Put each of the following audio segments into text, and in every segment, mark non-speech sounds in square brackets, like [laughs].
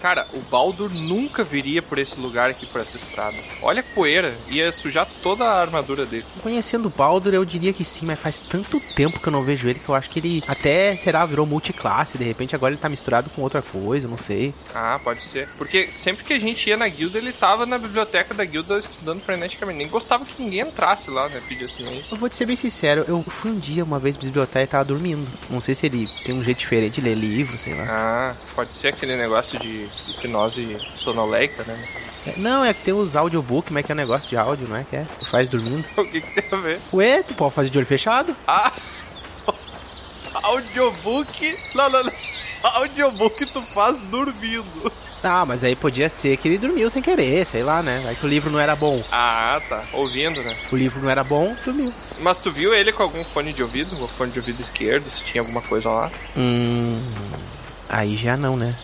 Cara, o Baldur nunca viria por esse lugar aqui, por essa estrada. Olha a poeira, ia sujar toda a armadura dele. Conhecendo o Baldur, eu diria que sim, mas faz tanto tempo que eu não vejo ele que eu acho que ele até, será, virou multiclasse. De repente agora ele tá misturado com outra coisa, não sei. Ah, pode ser. Porque sempre que a gente ia na guilda, ele tava na biblioteca da guilda estudando freneticamente. Nem gostava que ninguém entrasse lá, né? Pedia assim. Eu vou te ser bem sincero, eu fui um dia uma vez pra biblioteca e tava dormindo. Não sei se ele tem um jeito diferente de ler livro, sei lá. Ah, pode ser aquele negócio de hipnose sonoleica, né? É, não, é que tem os audiobook, como é que é o negócio de áudio, não é? Que é? Tu faz dormindo. O que, que tem a ver? Ué, tu pode fazer de olho fechado? Ah! [laughs] Audiobook? Não, não, [laughs] não. Audiobook tu faz dormindo. Ah, mas aí podia ser que ele dormiu sem querer, sei lá, né? Vai que o livro não era bom. Ah, tá. Ouvindo, né? O livro não era bom, dormiu. Mas tu viu ele com algum fone de ouvido? O fone de ouvido esquerdo, se tinha alguma coisa lá? Hum. Aí já não, né?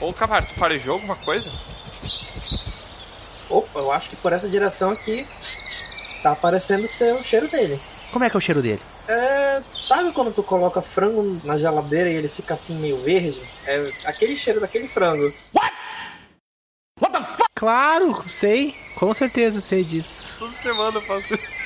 Ô, Cavar, tu farejou alguma coisa? Opa, eu acho que por essa direção aqui tá aparecendo ser o cheiro dele. Como é que é o cheiro dele? É, sabe quando tu coloca frango na geladeira e ele fica assim meio verde? É aquele cheiro daquele frango. Claro, sei. Com certeza sei disso. Toda semana eu faço isso.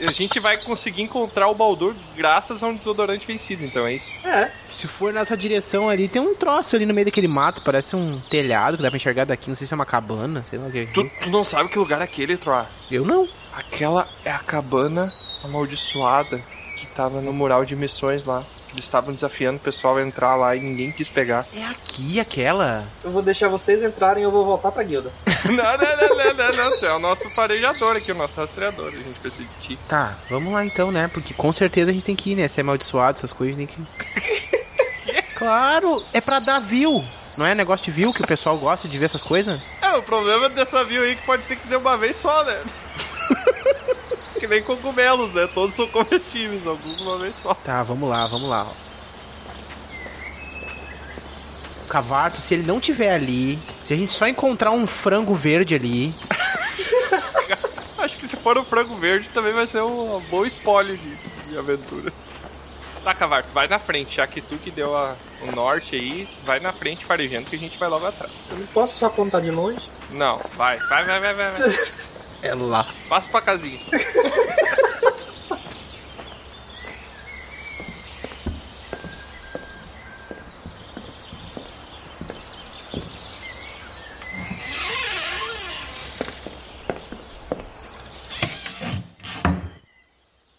A gente vai conseguir encontrar o Baldur graças a um desodorante vencido, então é isso. É, Se for nessa direção ali, tem um troço ali no meio daquele mato, parece um telhado que dá pra enxergar daqui, não sei se é uma cabana, sei lá o que. é Tu, aquilo. tu não sabe que lugar é aquele, Troá? Eu não. Aquela é a cabana amaldiçoada que tava no mural de missões lá. que Eles estavam desafiando o pessoal a entrar lá e ninguém quis pegar. É aqui, aquela. eu vou deixar vocês entrarem e eu vou voltar pra guilda. [laughs] não, não, não, não, não, não. Tu é o nosso farejador aqui, o nosso rastreador. A gente precisa de ti. Tá, vamos lá então, né? Porque com certeza a gente tem que ir, né? Se é amaldiçoado, essas coisas tem que. [laughs] claro, é pra dar view. Não é negócio de view que o pessoal gosta de ver essas coisas? É, o problema dessa view aí que pode ser que dê uma vez só, [laughs] né? que nem cogumelos, né? Todos são comestíveis, alguns uma vez só. Tá, vamos lá, vamos lá. Cavarto, se ele não tiver ali, se a gente só encontrar um frango verde ali, Acho que se for o frango verde também vai ser um bom spoiler de, de aventura. Tá, Cavarto, vai na frente, já que tu que deu a- o norte aí, vai na frente farejando que a gente vai logo atrás. Eu não posso só apontar de longe? Não, vai, vai, vai, vai, vai. vai. é lá. Passa pra casinha.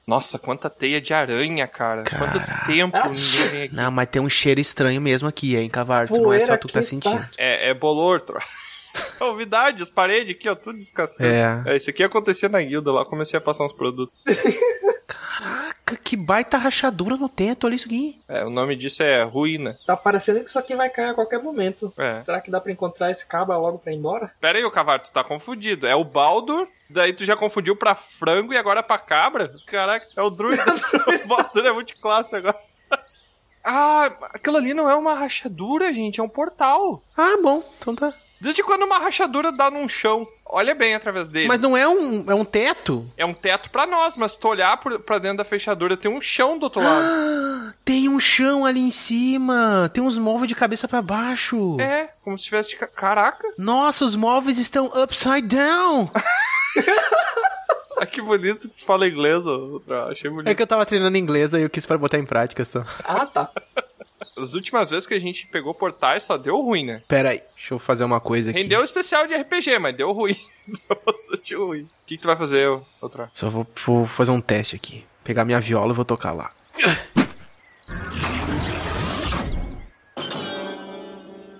Nossa, quanta teia de aranha, cara. Quanto tempo ninguém vem aqui. Não, mas tem um cheiro estranho mesmo aqui, hein, Cavarto? Não é Poeira só tu que tá aqui, sentindo. tá. É, é bolor, tro. [laughs] É Umidade, as paredes aqui, ó, tudo descascando. É. É, isso aqui acontecia na guilda lá, eu comecei a passar uns produtos. Caraca, que baita rachadura no teto, olha isso aqui. É, o nome disso é ruína. Tá parecendo que isso aqui vai cair a qualquer momento. É. Será que dá pra encontrar esse caba logo pra ir embora? Pera aí, ô Cavar, tu tá confundido. É o Baldur, daí tu já confundiu pra frango e agora pra cabra? Caraca, é o [laughs] druida. o Baldur é multiclasse agora. Ah, aquilo ali não é uma rachadura, gente, é um portal. Ah, bom, então tá. Desde quando uma rachadura dá num chão? Olha bem através dele. Mas não é um, é um teto? É um teto pra nós, mas tu olhar por- pra dentro da fechadura tem um chão do outro [gasps] lado. Ah, tem um chão ali em cima, tem uns móveis de cabeça pra baixo. É, como se tivesse. de ca- Caraca! Nossa, os móveis estão upside down. Ah, que bonito que tu fala inglês, ô, Tra, achei bonito. [laughs] É que eu tava treinando inglês aí eu quis pra botar em prática só. Ah, tá. As últimas vezes que a gente pegou portais só deu ruim, né? Pera aí, deixa eu fazer uma coisa aqui. Rendeu o especial de RPG, mas deu ruim. [laughs] deu bastante ruim. O que, que tu vai fazer, ô, ô, Tra? Só vou, vou fazer um teste aqui. Pegar minha viola e vou tocar lá.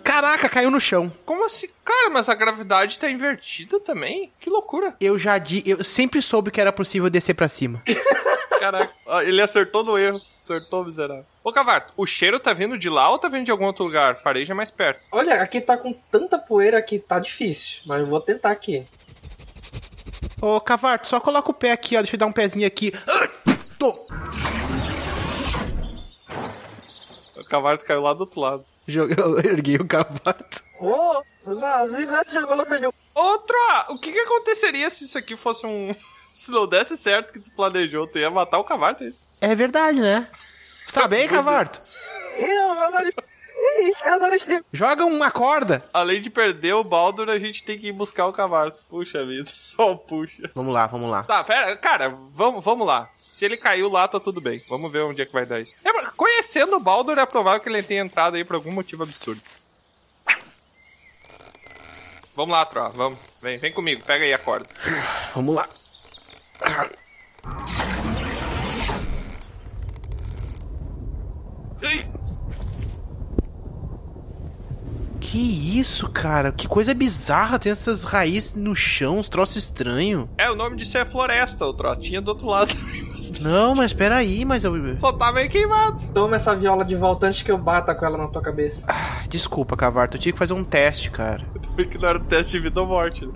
Caraca, caiu no chão. Como assim? Cara, mas a gravidade tá invertida também? Que loucura. Eu já di, eu sempre soube que era possível descer pra cima. Caraca, [laughs] Ah, ele acertou no erro. Acertou, miserável. Ô, Cavarto, o cheiro tá vindo de lá ou tá vindo de algum outro lugar? Fareja é mais perto. Olha, aqui tá com tanta poeira que tá difícil. Mas eu vou tentar aqui. Ô, Cavarto, só coloca o pé aqui, ó. Deixa eu dar um pezinho aqui. Ah, Tô. O Cavarto caiu lá do outro lado. Joguei- Eu erguei o Cavarto. Ô, mas já coloquei Outro! O que, que aconteceria se isso aqui fosse um. [laughs] Se não desse certo que tu planejou, tu ia matar o Cavarto, é isso? É verdade, né? Você tá bem, Cavarto? Eu, Sim, é a Dora Gil. Joga uma corda. Além de perder o Baldur, a gente tem que ir buscar o Cavarto. Puxa vida. [laughs] Oh, puxa. Vamos lá, vamos lá. Tá, pera, cara, vamos, vamos lá. Se ele caiu lá, tá tudo bem. Vamos ver onde é que vai dar isso. É, mas conhecendo o Baldur, é provável que ele tenha entrado aí por algum motivo absurdo. Vamos lá, Tro, vamos. Vem, vem comigo, pega aí a corda. Vamos lá. Que isso, cara? Que coisa bizarra. Tem essas raízes no chão, uns troços estranhos. É, o nome disso é Floresta, o Tro. Tinha do outro lado. [laughs] Não, mas peraí, mas eu. Só tá meio queimado. Toma essa viola de volta antes que eu bata com ela na tua cabeça. Ah, Desculpa, Cavarto. Eu tive que fazer um teste, cara. Porque não era um teste de vida ou morte. né?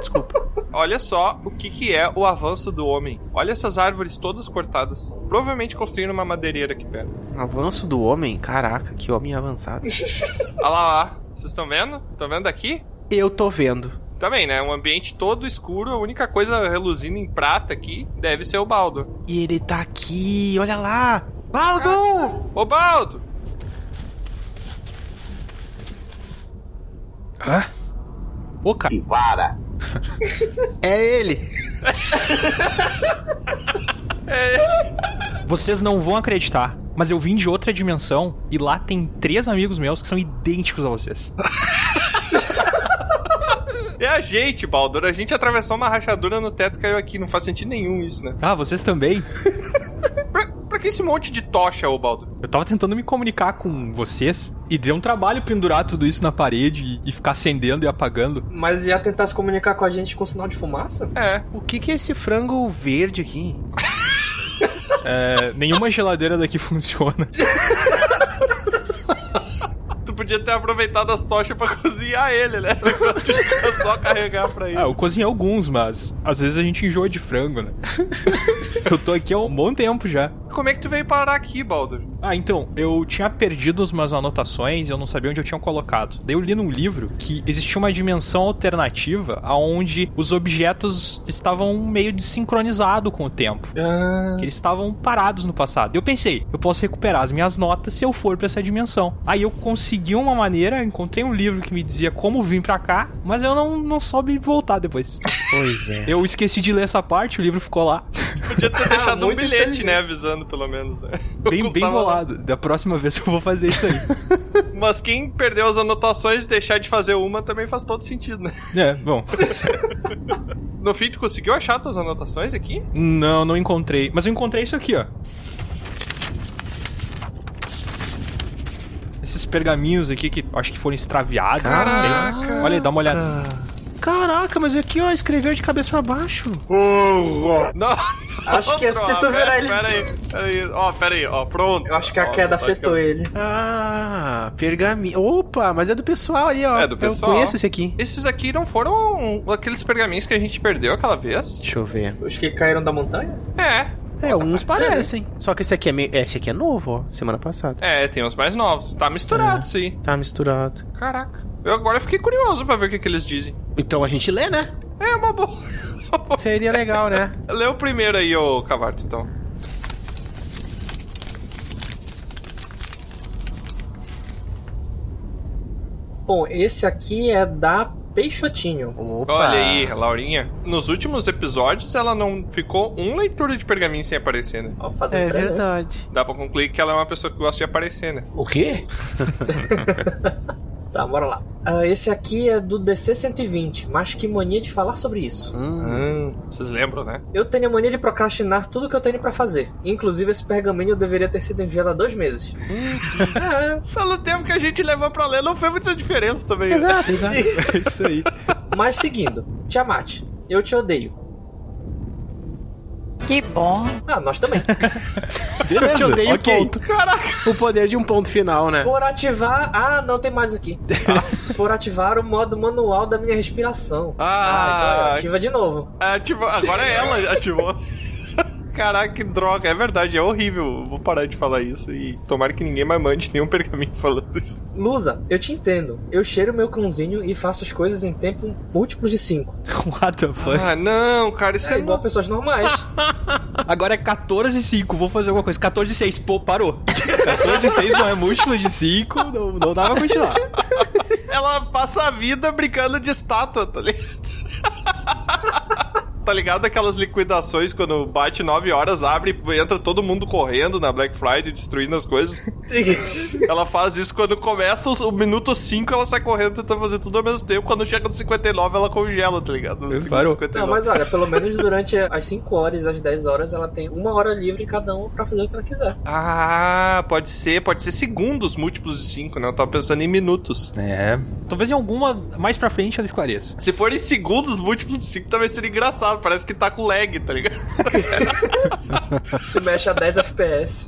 Desculpa. [laughs] Olha só o que, que é o avanço do homem. Olha essas árvores todas cortadas. Provavelmente construíram uma madeireira aqui perto. Um Avanço do homem? Caraca, que homem avançado. Olha lá, lá. Vocês estão vendo? Estão vendo aqui? Eu tô vendo. Também, né? Um ambiente todo escuro. A única coisa reluzindo em prata aqui deve ser o Baldo. E ele tá aqui, olha lá. Baldo! Ô, Baldo! Hã? Ô, cara. Para! É ele! Vocês não vão acreditar, mas eu vim de outra dimensão e lá tem três amigos meus que são idênticos a vocês. É a gente, Baldur. A gente atravessou uma rachadura no teto e caiu aqui. Não faz sentido nenhum isso, né? Ah, vocês também? Pra, pra que esse monte de tocha, ô Baldur? Eu tava tentando me comunicar com vocês e deu um trabalho pendurar tudo isso na parede e, e ficar acendendo e apagando. Mas já tentar se comunicar com a gente com sinal de fumaça? É. O que que é esse frango verde aqui? É, nenhuma [laughs] geladeira daqui funciona. Tu podia ter aproveitado as tochas pra [laughs] cozinhar ele, né? só carregar pra ele. Ah, eu cozinhei alguns, mas às vezes a gente enjoa de frango, né? [laughs] eu tô aqui há um bom tempo já. Como é que tu veio parar aqui, Baldur? Ah, então, eu tinha perdido as minhas anotações e eu não sabia onde eu tinha colocado. Daí eu li num livro que existia uma dimensão alternativa aonde os objetos estavam meio desincronizados com o tempo. Que eles estavam parados no passado. Eu pensei, eu posso recuperar as minhas notas se eu for pra essa dimensão. Aí eu consegui uma maneira, encontrei um livro que me dizia como vim pra cá, mas eu não, não soube voltar depois. Pois é. Eu esqueci de ler essa parte, o livro ficou lá. Podia [laughs] ter deixado um muito bilhete, inteligente. né? Avisando, pelo menos, né? Ah, Bem, bem Custava- bolado. Da próxima vez eu vou fazer isso aí. Mas quem perdeu as anotações, deixar de fazer uma também faz todo sentido, né? é, bom. No fim, tu conseguiu achar tuas anotações aqui? Não, não encontrei. Mas eu encontrei isso aqui, ó. Esses pergaminhos aqui que eu acho que foram extraviados. não sei. Caraca. Olha aí, dá uma olhada. [laughs] Ah, Caraca, mas aqui, ó, escreveu de cabeça pra baixo. Não. Acho [laughs] que é Outro, se ó, tu virar pera- ele- Pera aí, pera aí. Ó, pera aí, ó, pronto. Eu acho que a Ó, tá queda acho que afetou ele. Ah, pergaminho. Opa, mas é do pessoal ali, ó. É do pessoal. Eu conheço esse aqui. Esses aqui não foram aqueles pergaminhos que a gente perdeu aquela vez? Deixa eu ver. Os que caíram da montanha? É, É, uns parecem. Só que esse aqui é meio. é, Esse aqui é novo, ó. Semana passada. é, tem os mais novos. Tá misturado, sim. Tá misturado. Caraca. Eu agora fiquei curioso pra ver o que, que eles dizem. Então a gente lê, né? É uma boa. [laughs] Seria legal, né? Lê o primeiro aí, ô Cavarto, então. Bom, esse aqui é da Peixotinho. Opa. Ah. Olha aí, Laurinha. Nos últimos episódios, ela não ficou um leitura de pergaminho sem aparecer, né? Ó, fazer É presença. verdade. Dá pra concluir que ela é uma pessoa que gosta de aparecer, né? O quê? Tá, bora lá. Ah, esse aqui é do DC 120, mas que mania de falar sobre isso. Hum. Vocês lembram, né? Eu tenho a mania de procrastinar tudo que eu tenho pra fazer. Inclusive, esse pergaminho deveria ter sido enviado há dois meses. É, [laughs] Pelo tempo que a gente levou pra ler, não foi muita diferença também. né? Exato, exato. É isso aí. mas seguindo, Tiamat, eu te odeio. Que bom. Ah, nós [laughs] também. Beleza, Eu te odeio, ok. ponto. O poder de um ponto final, né? Por ativar. Ah, não tem mais aqui. Ah, Por ativar o modo manual da minha respiração. Ah, agora ativa de novo. Ativou- Agora é ela ativou. [laughs] Caraca, que droga. É verdade, é horrível. Vou parar de falar isso e tomara que ninguém mais mande nenhum pergaminho falando isso. Lusa, eu te entendo. Eu cheiro meu cãozinho e faço as coisas em tempo múltiplos de 5. What the fuck? Ah, não, cara, isso É igual pessoas normais. Agora é 14 e 5, vou fazer alguma coisa. 14 e 6, pô, parou. Pessoa de 6 não é múltiplo de 5, não, não dá pra continuar. Ela passa a vida brincando de estátua, tá ligado? [laughs] Tá ligado aquelas liquidações quando bate 9 horas, abre e entra todo mundo correndo na Black Friday, destruindo as coisas? Ela faz isso quando começa o, o minuto 5, ela sai correndo tentando fazer tudo ao mesmo tempo. Quando chega no 59, ela congela, tá ligado? No Eu segundo parou. 59. Não, mas olha, pelo menos durante as 5 horas, as 10 horas, ela tem uma hora livre cada um pra fazer o que ela quiser. [laughs] Ah, pode ser, pode ser segundos múltiplos de 5, né? Eu tava pensando em minutos. É. Talvez em alguma mais pra frente ela esclareça. Se for em segundos múltiplos de 5, também seria engraçado. Parece que tá com lag, tá [laughs] ligado? Se mexe a 10 FPS.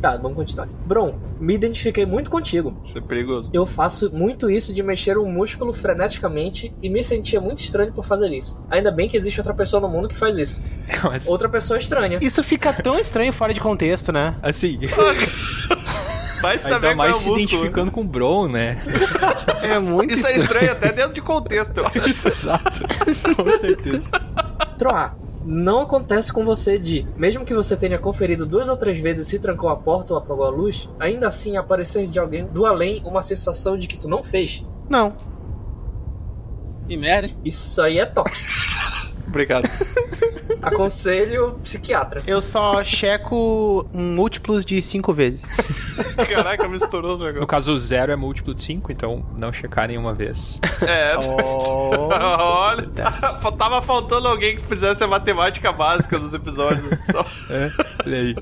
Tá, vamos continuar aqui. Bron, me identifiquei muito contigo. Isso é perigoso. Eu faço muito isso de mexer o músculo freneticamente e me sentia muito estranho por fazer isso. Ainda bem que existe outra pessoa no mundo que faz isso. [laughs] Mas, Outra pessoa estranha. Isso fica tão estranho fora de contexto, né? assim, Mas ainda também mais com se o músculo. né? identificando né? com o Bron, né? É muito Isso é estranho. estranho até dentro de contexto, eu acho. [laughs] Exato. Com certeza. Troar. Não acontece com você de, mesmo que você tenha conferido duas ou três vezes se trancou a porta ou apagou a luz, ainda assim aparecer de alguém do além uma sensação de que tu não fez. Não. Que merda, hein? Isso aí é top. Obrigado. Aconselho psiquiatra. Eu só checo um múltiplos de cinco vezes. Caraca, misturou o negócio. [laughs] No caso, o zero é múltiplo de 5, então não checar nenhuma vez. É, [laughs] Oh. [laughs] olha. né? Tava faltando alguém que fizesse a matemática básica dos episódios. [laughs] então. É, olha aí.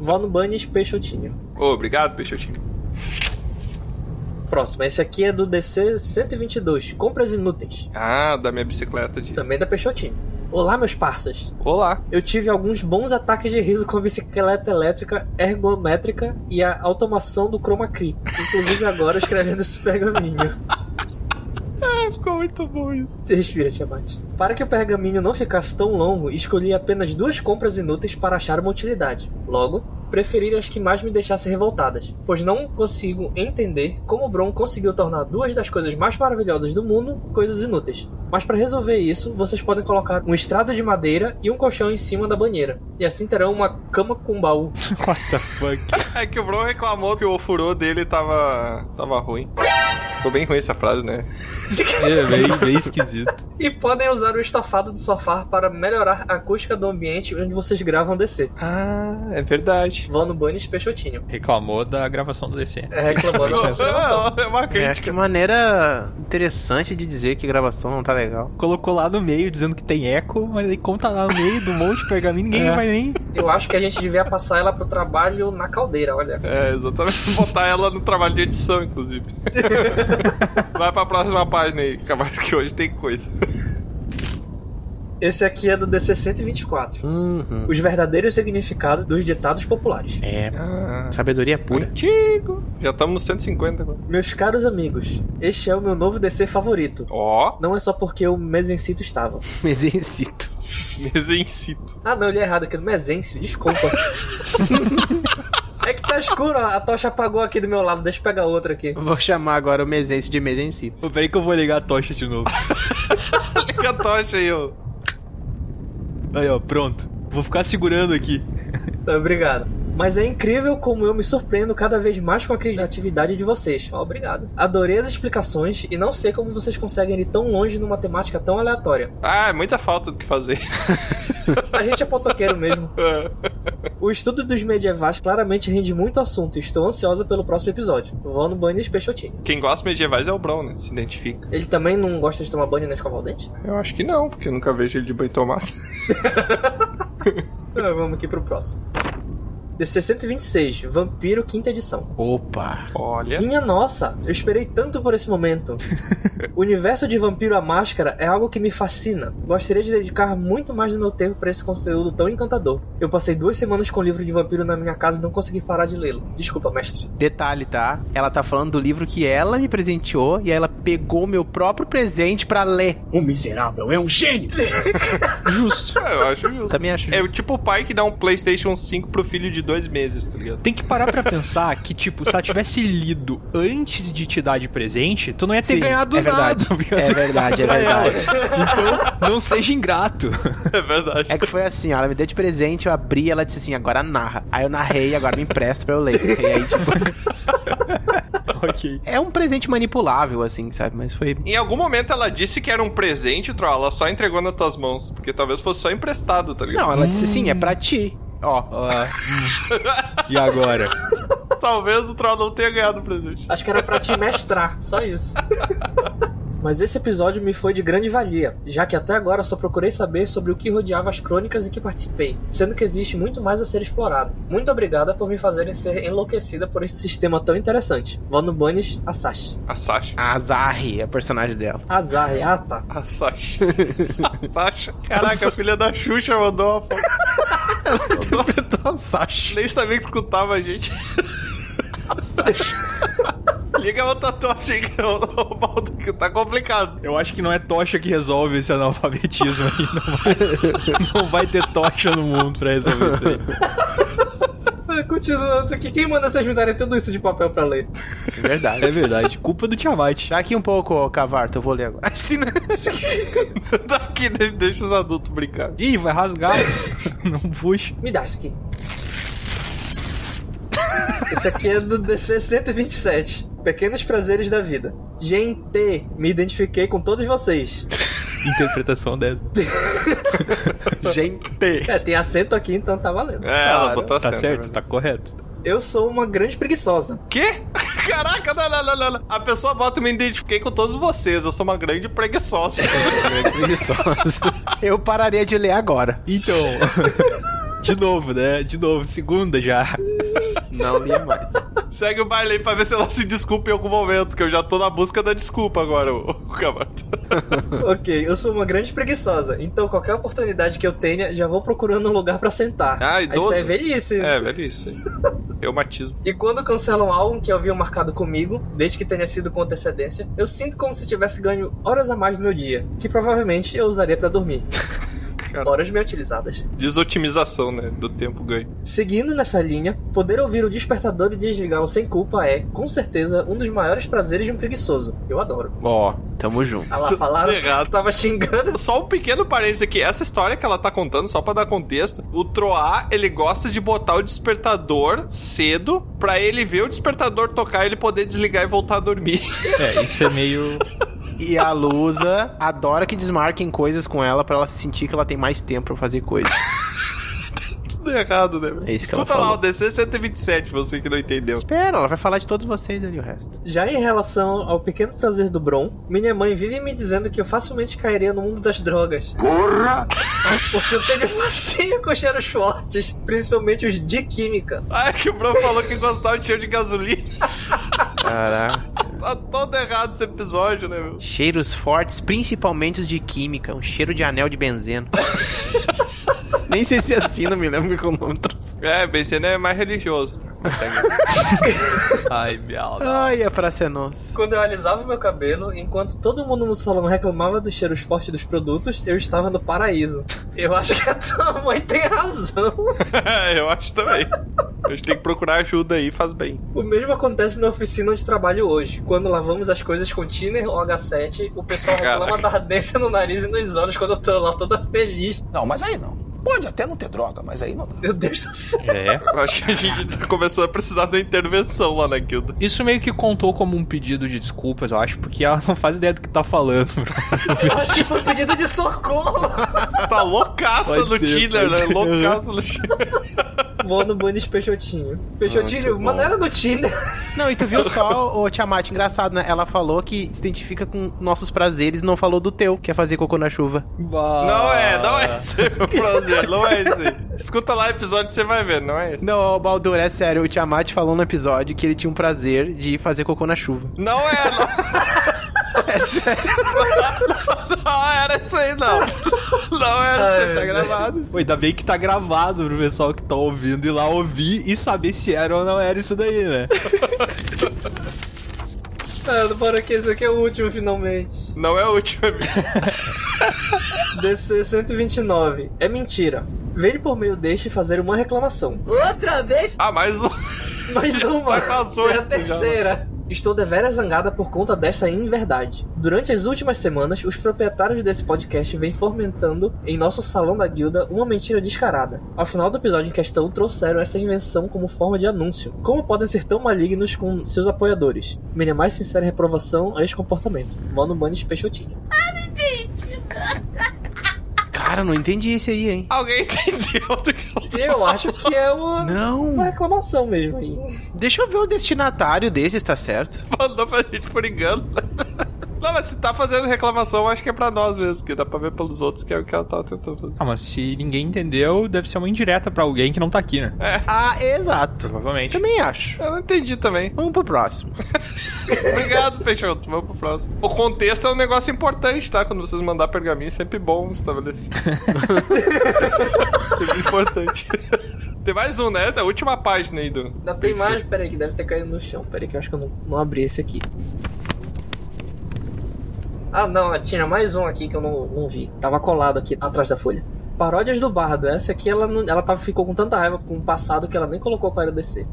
Vá no Bunnies Peixotinho. Ô, obrigado, Peixotinho. Próximo, esse aqui é do DC 122, compras inúteis. Ah, da minha bicicleta de. Também é da Peixotinho. Olá, meus parças. Olá. Eu tive alguns bons ataques de riso com a bicicleta elétrica, ergométrica e a automação do Chroma Cree. Inclusive agora escrevendo esse pergaminho. [laughs] Ah, ficou muito bom isso. Respira, Tiamat. Para que o pergaminho não ficasse tão longo, escolhi apenas duas compras inúteis para achar uma utilidade. Logo, preferi as que mais me deixassem revoltadas, pois não consigo entender como o Bron conseguiu tornar duas das coisas mais maravilhosas do mundo coisas inúteis. Mas para resolver isso, vocês podem colocar um estrado de madeira e um colchão em cima da banheira, e assim terão uma cama com um baú. [laughs] What the fuck? É que o Bron reclamou que o ofurô dele tava. tava ruim. Ficou bem ruim essa frase, né? É, bem, bem esquisito. E podem usar o estofado do sofá para melhorar a acústica do ambiente onde vocês gravam DC. Ah, é [laughs] verdade. Vão no banho Peixotinho. Reclamou da gravação do DC. É [laughs] reclamando de observação. É uma É, crítica. acho que maneira interessante de dizer que gravação não tá legal. Colocou lá no meio dizendo que tem eco, mas aí conta lá no meio do monte de pergaminho, ninguém É. vai nem. Eu acho que a gente devia passar ela pro trabalho na caldeira, olha. É, exatamente. Botar ela no trabalho de edição, [laughs] inclusive. Vai pra próxima página aí, capaz que hoje tem coisa. Esse aqui é do DC 124. Uhum. Os verdadeiros significados dos ditados populares. É. Ah. Sabedoria pura. [laughs] Antigo. Já estamos no 150 agora. Meus caros amigos, este é o meu novo DC favorito. Ó, Não é só porque o Mesencito estava. Mesencito. [laughs] mesencito. Ah, não, eu li errado aqui do Mesencio, desculpa. [laughs] é que tá escuro, a a tocha apagou aqui do meu lado, deixa eu pegar outra aqui. Vou chamar agora o mesencio de mesencito. Peraí que eu vou ligar a tocha de novo. Liga a tocha aí, ô. Aí, ó, pronto. Vou ficar segurando aqui. Tá, Obrigado. Mas é incrível como eu me surpreendo cada vez mais com a criatividade de vocês. Ó, Obrigado. Adorei as explicações e não sei como vocês conseguem ir tão longe numa temática tão aleatória. Ah, é muita falta do que fazer. A gente é potoqueiro mesmo. O estudo dos medievais claramente rende muito assunto e estou ansiosa pelo próximo episódio. Vou no banho de Peixotinho. Quem gosta de medievais é o Brown, né? Se identifica. Ele também não gosta de tomar banho na escovar o dente? Eu acho que não, porque eu nunca vejo ele de banho tomado. Ah, Vamos aqui pro próximo. DC 126, Vampiro, quinta edição. Opa. Olha. Minha nossa, eu esperei tanto por esse momento. o universo de Vampiro à Máscara é algo que me fascina. Gostaria de dedicar muito mais do meu tempo para esse conteúdo tão encantador. Eu passei duas semanas com o livro de vampiro na minha casa e não consegui parar de lê-lo. Desculpa, mestre. Detalhe, tá? Ela tá falando do livro que ela me presenteou e aí ela pegou meu próprio presente pra ler. O miserável é um gênio! Justo. eu acho justo. Também acho. Tá É o tipo o pai que dá um PlayStation 5 pro filho de dois meses, tá ligado? Tem que parar pra pensar que, tipo, se ela tivesse lido antes de te dar de presente, tu não ia ter Sim, ganhado é verdade. [laughs] nada. porque- É verdade, é pra ela. verdade. Então, não seja ingrato. [laughs] É verdade. É que foi assim, ó, ela me deu de presente, eu abri ela disse assim, agora narra. Aí eu narrei, agora me empresta pra eu ler. E aí, tipo, ok. é um presente manipulável, assim, sabe? Mas foi. Em algum momento ela disse que era um presente, Troll, ela só entregou nas tuas mãos, porque talvez fosse só emprestado, tá ligado? Não, ela disse assim, é pra ti. Ó, E agora? Talvez o Troll não tenha ganhado o presente. Acho que era pra te mestrar, só isso. Mas esse episódio me foi de grande valia, já que até agora só procurei saber sobre o que rodeava as crônicas em que participei, sendo que existe muito mais a ser explorado. Muito obrigada por me fazerem ser enlouquecida por esse sistema tão interessante. Vou no Bunnies, a Sashi. A Sasha. a Zari, é a personagem dela. Azar, é- ah tá. A [laughs] Sasha. A Sasha. Caraca, a filha da Xuxa mandou uma foto. Então, Sasha. Nem sabia que escutava a gente. Liga uma tatuagem, ô, ô, Baldo, que tá complicado. Eu acho que não é tocha que resolve esse analfabetismo aí. Não vai, não vai ter tocha no mundo pra resolver isso aí. Continuando aqui, quem manda vocês me darem tudo isso de papel pra ler? É verdade. É verdade. Culpa do Tiamat. Daqui um pouco, ô, Cavarto, eu vou ler agora. [laughs] Assim, né? Daqui, de- Tá deixa os adultos brincar. Ih, vai rasgar. [laughs] não puxa. Me dá isso aqui. Esse aqui é do DC 127. Pequenos prazeres da vida. Gente, me identifiquei com todos vocês. Interpretação dessa. Gente. É, tem acento aqui, então tá valendo. É, ela Cara, botou Tá acento, certo, né? tá correto. Eu sou uma grande preguiçosa. Quê? [laughs] Caraca, não, não, não, não, não. A pessoa bota, me identifiquei com todos vocês. Eu sou uma grande [laughs] preguiçosa. Eu pararia de ler agora. Então. De novo, né? De novo, segunda já. Não lia mais. [laughs] Segue o baile aí pra ver se ela se desculpa em algum momento, que eu já tô na busca da desculpa agora, ô, ô, Camargo. ok, eu sou uma grande preguiçosa. Então, qualquer oportunidade que eu tenha, já vou procurando um lugar pra sentar. Ah, idoso. Isso é velhice. É, velho, isso aí. É Reumatismo. E quando cancelam algo que haviam marcado comigo, desde que tenha sido com antecedência, eu sinto como se tivesse ganho horas a mais do meu dia, que provavelmente eu usaria pra dormir. [laughs] Cara. Horas bem utilizadas. Desotimização, né? Do tempo ganho. Seguindo nessa linha, poder ouvir o despertador e desligá-lo sem culpa é, com certeza, um dos maiores prazeres de um preguiçoso. Eu [laughs] adoro. Ó, tamo junto. Ah lá, falaram errado. que tava xingando. Só um pequeno parênteses aqui. Essa história que ela tá contando, só pra dar contexto, o Troá, ele gosta de botar o despertador cedo pra ele ver o despertador tocar e ele poder desligar e voltar a dormir. É, isso é meio. E a Lusa adora que desmarquem coisas com ela pra ela sentir que ela tem mais tempo pra fazer coisas. Tudo errado, né? velho? É isso que Escuta ela lá, falou. o DC 127, você que não entendeu. Espera, ela vai falar de todos vocês ali o resto. Já em relação ao pequeno prazer do Bron, minha mãe vive me dizendo que eu facilmente cairia no mundo das drogas. Porra! Porque eu tenho facinho com cheiros fortes, principalmente os de química. Ah, que o Bruno falou que gostava de cheiro de gasolina. [laughs] Caraca. Tá todo errado esse episódio, né, meu? Cheiros fortes, principalmente os de química. Um cheiro de anel de benzeno. Nem sei se é assim, não me lembro que o nome trouxe. É, Benzena é mais religioso. Ai, minha alma. Ai, a frase é nossa. Quando eu alisava meu cabelo, enquanto todo mundo no salão reclamava dos cheiros fortes dos produtos, eu estava no paraíso. Eu acho que a tua mãe tem razão. É, [laughs] eu acho também. A gente tem que procurar ajuda aí, faz bem. O mesmo acontece na oficina onde trabalho hoje. Quando lavamos as coisas com thinner ou H7, o pessoal reclama da ardência no nariz e nos olhos quando eu tô lá toda feliz. Não, mas aí não. Pode até não ter droga, mas aí não dá. Meu Deus do céu. É. Eu acho que a gente tá começando a precisar de uma intervenção lá na guilda. Isso meio que contou como um pedido de desculpas, eu acho, porque ela [laughs] não faz ideia do que tá falando. Eu acho que foi pedido de socorro. Tá loucaça Pode no ser, Tinder, pode né? ser. Loucaça no Tinder. Vou no Bunnies Peixotinho. Peixotinho, bom. mano, era do Tinder. [laughs] Não, e tu viu só, o Tiamat, engraçado, né? Ela falou que se identifica com nossos prazeres, não falou do teu, que é fazer cocô na chuva. Ah. Não é, não é esse [laughs] o prazer, não é esse. aí. Escuta lá o episódio e você vai ver, não é esse. Não, ô, Baldur, é sério, o Tiamat falou no episódio que ele tinha um prazer de fazer cocô na chuva. [laughs] Não é, não, É sério. não era isso aí, não. Não era isso aí, tá Ai, gravado. Pô, ainda bem que tá gravado pro pessoal que tá ouvindo ir lá ouvir e saber se era ou não era isso daí, né? Mano, bora que esse aqui é o último, finalmente. Não é o último, amigo. DC 129. É mentira. Vem por meio deste fazer uma reclamação. Outra vez? Ah, mais um. Mais Já tá uma. com as oito, é a já. terceira. Estou deveras zangada por conta desta inverdade. Durante as últimas semanas, os proprietários desse podcast vêm fomentando em nosso salão da guilda uma mentira descarada. Ao final do episódio em questão, trouxeram essa invenção como forma de anúncio. Como podem ser tão malignos com seus apoiadores? Minha mais sincera reprovação a esse comportamento. Mano Manes Peixotinho. Cara, não entendi esse aí, hein? Alguém [laughs] entendeu do que Eu acho que é uma, uma Não. reclamação mesmo aí. Deixa eu ver o destinatário desse, está certo? [laughs] mandou pra gente por engano. [laughs] Não, mas se tá fazendo reclamação, acho que é pra nós mesmo, que dá pra ver pelos outros que é o que ela tava tentando fazer. Ah, mas se ninguém entendeu, deve ser uma indireta pra alguém que não tá aqui, né? Ah, exato. Provavelmente. Também acho. Eu não entendi também. Vamos pro [laughs] próximo. Obrigado, [laughs] Peixoto. Vamos pro próximo. O contexto é um negócio importante, tá? Quando vocês mandar pergaminho, é sempre bom estabelecer. sempre importante. Tem mais um, né? A última página aí do. Ainda tem mais? Peraí, que deve ter caído no chão. Peraí, que eu acho que eu não, não abri esse aqui. Ah, não, tinha mais um aqui que eu não, não vi. Tava colado aqui atrás da folha. Paródias do Bardo. Essa aqui ela, não- ela tava, ficou com tanta raiva com o passado que ela nem colocou qual era o DC.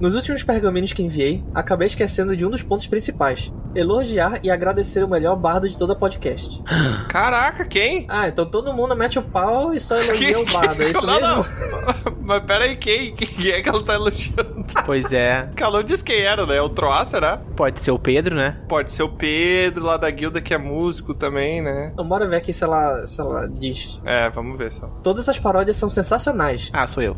Nos últimos pergaminhos que enviei, acabei esquecendo de um dos pontos principais: elogiar e agradecer o melhor bardo de toda a podcast. Caraca, quem? Ah, então todo mundo mete o pau e só elogia o bardo, é isso Não, mesmo? não. Mas pera aí, quem? Quem é que ela tá elogiando? Pois é. Ela não disse quem era, né? O Troá, será? Pode ser o Pedro, né? Pode ser o Pedro lá da guilda, que é músico também, né? Então bora ver aqui se ela, se ela diz. É, vamos ver só. Todas as paródias são sensacionais. Ah, sou eu.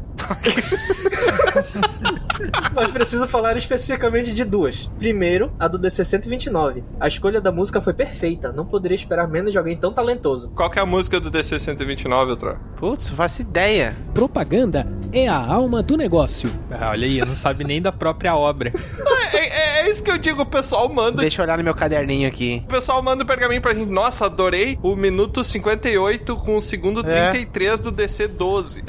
Mas preciso falar especificamente de duas. Primeiro, a do DC 129. A escolha da música foi perfeita. Não poderia esperar menos de alguém tão talentoso. Qual que é a música do DC 129, Troá? Putz, faço ideia. Propaganda é a alma do negócio. Ah, olha aí, não sabe nem da própria obra. É, é- é isso que eu digo, o pessoal manda. Deixa eu olhar no meu caderninho aqui. O pessoal manda o pergaminho pra gente. Nossa, adorei o minuto 58 com o segundo É. 33 do DC [laughs] 12.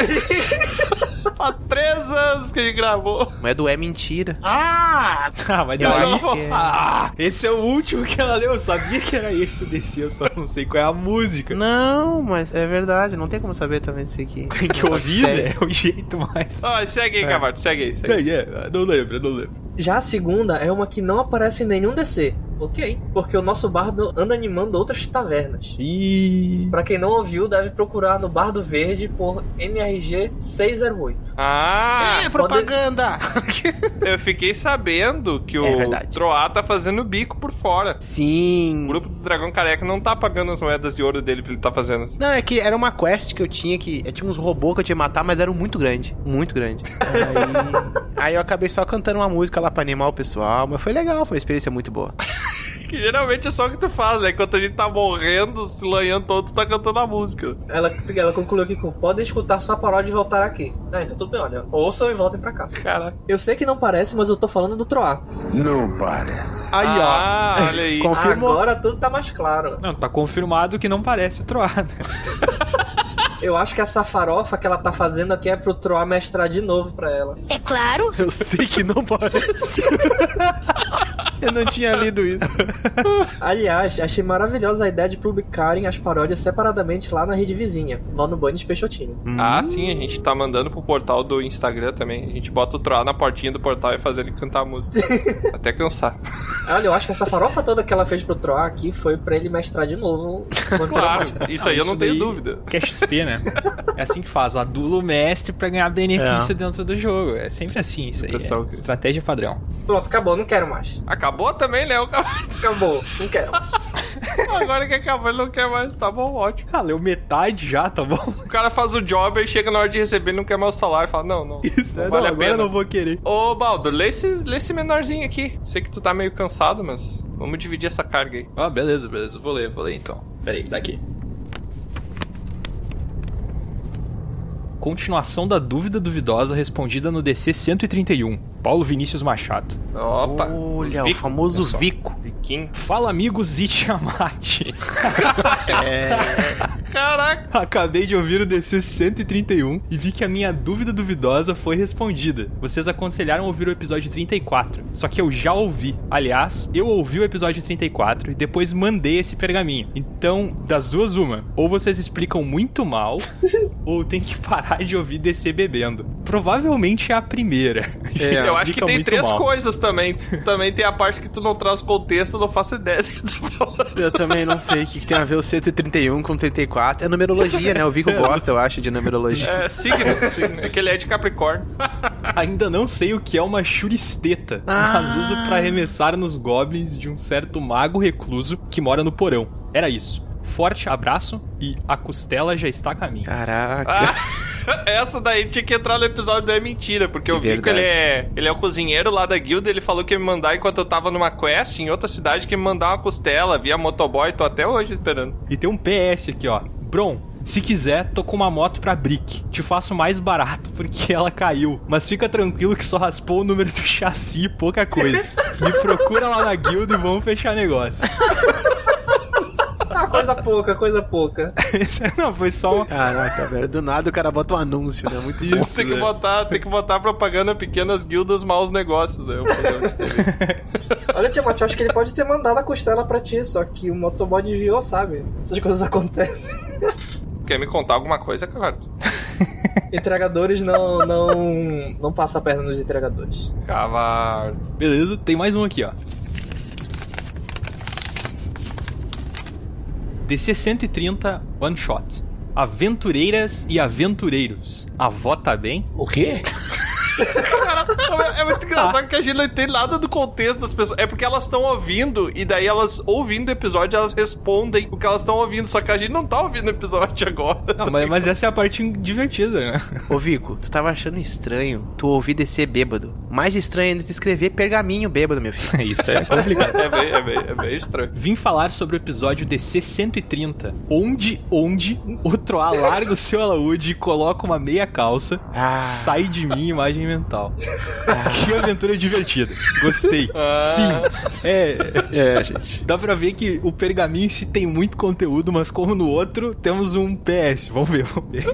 Há três anos que a gente gravou. Mas do é mentira. [laughs] ah, vai dar Isso uma- é uma- Ah, esse é o último que ela leu. Eu sabia que era esse desse, eu só não sei qual é a música. Não, mas é verdade. Não tem como saber também disso aqui. Tem [laughs] que ouvir, né? É o jeito mais. Ó, segue É. aí, Cavato, segue aí. Segue. aí. é, não lembro, não lembro. Já a segunda é uma que não aparece em nenhum DC. Ok. Porque o nosso bardo anda animando outras tavernas. Ih. Pra quem não ouviu, deve procurar no Bardo Verde por MRG 608. Ah, É propaganda! eu fiquei sabendo que o É verdade. Troá tá fazendo bico por fora. O Sim. grupo do Dragão Careca não tá pagando as moedas de ouro dele pra ele tá fazendo assim. Não, é que era uma quest que eu tinha que. Eu tinha uns robôs que eu tinha que matar, mas eram muito grandes. Muito grandes. Aí... aí eu acabei só cantando uma música lá pra animar o pessoal, mas foi legal, foi uma experiência muito boa. Que geralmente é só o que tu faz, né? Enquanto a gente tá morrendo, se lanhando todo, tu tá cantando a música. Ela, ela concluiu aqui com: podem escutar sua paródia e voltar aqui. Ah, então tudo bem, olha. Ouçam e voltem pra cá. Cara. Eu sei que não parece, mas eu tô falando do Troar. Não parece. Aí, ah, olha aí. ó. Confirmou. Agora tudo tá mais claro. Não, tá confirmado que não parece troar, né? Eu acho que essa farofa que ela tá fazendo aqui é pro Troar mestrar de novo pra ela. É claro. Eu sei que não parece. eu não tinha lido isso. Aliás, achei maravilhosa a ideia de publicarem as paródias separadamente lá na rede vizinha, lá no Bunny Peixotinho. Ah, sim, a gente tá mandando pro portal do Instagram também. A gente bota o Troá na portinha do portal e faz ele cantar a [laughs] música. Até cansar. Olha, eu acho que essa farofa toda que ela fez pro Troar aqui foi pra ele mestrar de novo. Claro, isso aí eu não tenho daí- dúvida. Que é XP, né? É assim que faz, adula o mestre pra ganhar benefício dentro do jogo. É sempre assim isso aí. Pessoal, é que- Estratégia padrão. Pronto, acabou, não quero mais. Acabou também, né? Acabou. Acabou, não quero mais. [laughs] Agora que acabou, ele não quer mais. Tá bom, ótimo. Ah, leu metade já, tá bom? [laughs] O cara faz o job, aí chega na hora de receber, ele não quer mais o salário. Fala, não, não. Isso, não é, vale a não, agora eu pena. não vou querer. Ô, Baldo, lê esse, lê esse menorzinho aqui. Sei que tu tá meio cansado, mas vamos dividir essa carga aí. Ah, beleza, beleza. Vou ler, vou ler então. Peraí, daqui. Continuação da dúvida duvidosa respondida no DC 131. Paulo Vinícius Machado. Opa. Olha, o Vico, famoso pessoal. Vico. Viquinho. Fala, amigos e Tiamat. Caraca. Acabei de ouvir o DC 131 e vi que a minha dúvida duvidosa foi respondida. Vocês aconselharam ouvir o episódio 34, só que eu já ouvi. Aliás, eu ouvi o episódio 34 e depois mandei esse pergaminho. Então, das duas, uma. Ou vocês explicam muito mal, ou tem que parar de ouvir DC bebendo. Provavelmente é a primeira. É. eu acho que Explica tem É, muito três mal. coisas também. [laughs] Também tem a parte que tu não traz contexto, eu não faço ideia [laughs] do que tá falando. Eu também não sei o que, que tem a ver o 131 com o 34. É numerologia, né? O Vico gosta, eu acho, de numerologia. É, [laughs] signo, signo. É que ele é de Capricórnio. Ainda não sei o que é uma churisteta, mas uso pra arremessar nos goblins de um certo mago recluso que mora no porão. Era isso. Forte abraço e a costela já está a caminho. Caraca. É. Ah, essa daí tinha que entrar no episódio do É Mentira, porque eu vi que Verdade. ele é, ele é o cozinheiro lá da guilda, ele falou que ia me mandar enquanto eu tava numa quest em outra cidade, que ia me mandar uma costela via motoboy, tô até hoje esperando. E tem um PS aqui, ó. Bron, se quiser, tô com uma moto pra Brick. Te faço mais barato porque ela caiu. Mas fica tranquilo que só raspou o número do chassi e pouca coisa. Me procura lá na guilda e vamos fechar negócio. [laughs] Ah, coisa pouca, coisa pouca. Isso não, foi só um uma. Caraca, velho. Do nada o cara bota um anúncio, né? Muito Isso, tem, que né? botar, tem que botar propaganda pequenas guildas, maus negócios, né? o programa de TV. Olha, Tiamat, eu acho que ele pode ter mandado a costela pra ti, só que o motoboy desviou, sabe? Essas coisas acontecem. [laughs] Quer me contar alguma coisa, cara? Entregadores não, não, não passa a perna nos entregadores. Cavarto. Beleza, tem mais um aqui, ó. DC 130 One Shot. Aventureiras e aventureiros. A avó tá bem? O quê? É muito engraçado que a gente não entende nada do contexto das pessoas. É porque elas estão ouvindo e daí elas, ouvindo o episódio, elas respondem o que elas estão ouvindo. Só que a gente não tá ouvindo o episódio agora. Ah, mas, mas essa é a parte divertida, né? Ô, Vico, tu tava achando estranho tu ouvir descer bêbado. Mais estranho ainda tu escrever pergaminho bêbado, meu filho. Isso é complicado. É bem, é bem, é bem estranho. Vim falar sobre o episódio DC 130, onde, onde o Troá larga o seu alaúde e coloca uma meia calça, Ah. sai de mim imagem mental. Que aventura divertida. Gostei. Fim. É, É, gente. Dá pra ver que o pergaminho em si tem muito conteúdo, mas como no outro, temos um PS. Vamos ver, vamos ver.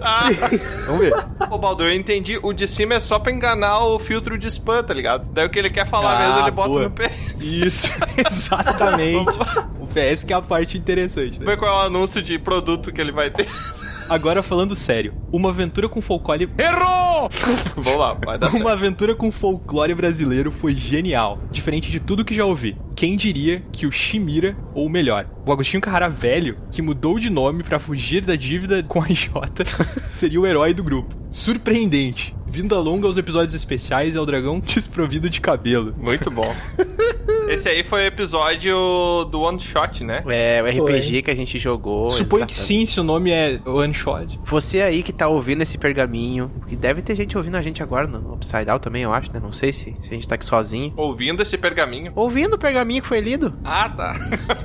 vamos ver. Ô, Baldur, eu entendi. O de cima é só pra enganar o filtro de spam, tá ligado? Daí o que ele quer falar Ah, mesmo, ele bota boa. no PS. Isso, [laughs] exatamente. O PS que é a parte interessante. Né? Vê qual é o anúncio de produto que ele vai ter. Agora falando sério, uma aventura com folclore Vamos lá, vai dar certo. Uma aventura com folclore brasileiro foi genial, diferente de tudo que já ouvi. Quem diria que o Shimira, ou melhor, o Agostinho Carrara Velho, que mudou de nome pra fugir da dívida com a [laughs] Jota, seria o herói do grupo. Surpreendente. Vinda longa aos episódios especiais é o dragão [laughs] desprovido de cabelo. Muito bom. Esse aí foi o episódio do One Shot, né? É, o RPG Foi. que a gente jogou. Suponho que exatamente. sim, se o nome é One Shot. Você aí que tá ouvindo esse pergaminho, que deve ter gente ouvindo a gente agora no Upside Down também, eu acho, né? Não sei se, se a gente tá aqui sozinho. Ouvindo esse pergaminho. Ouvindo o pergaminho que foi lido? Ah, tá.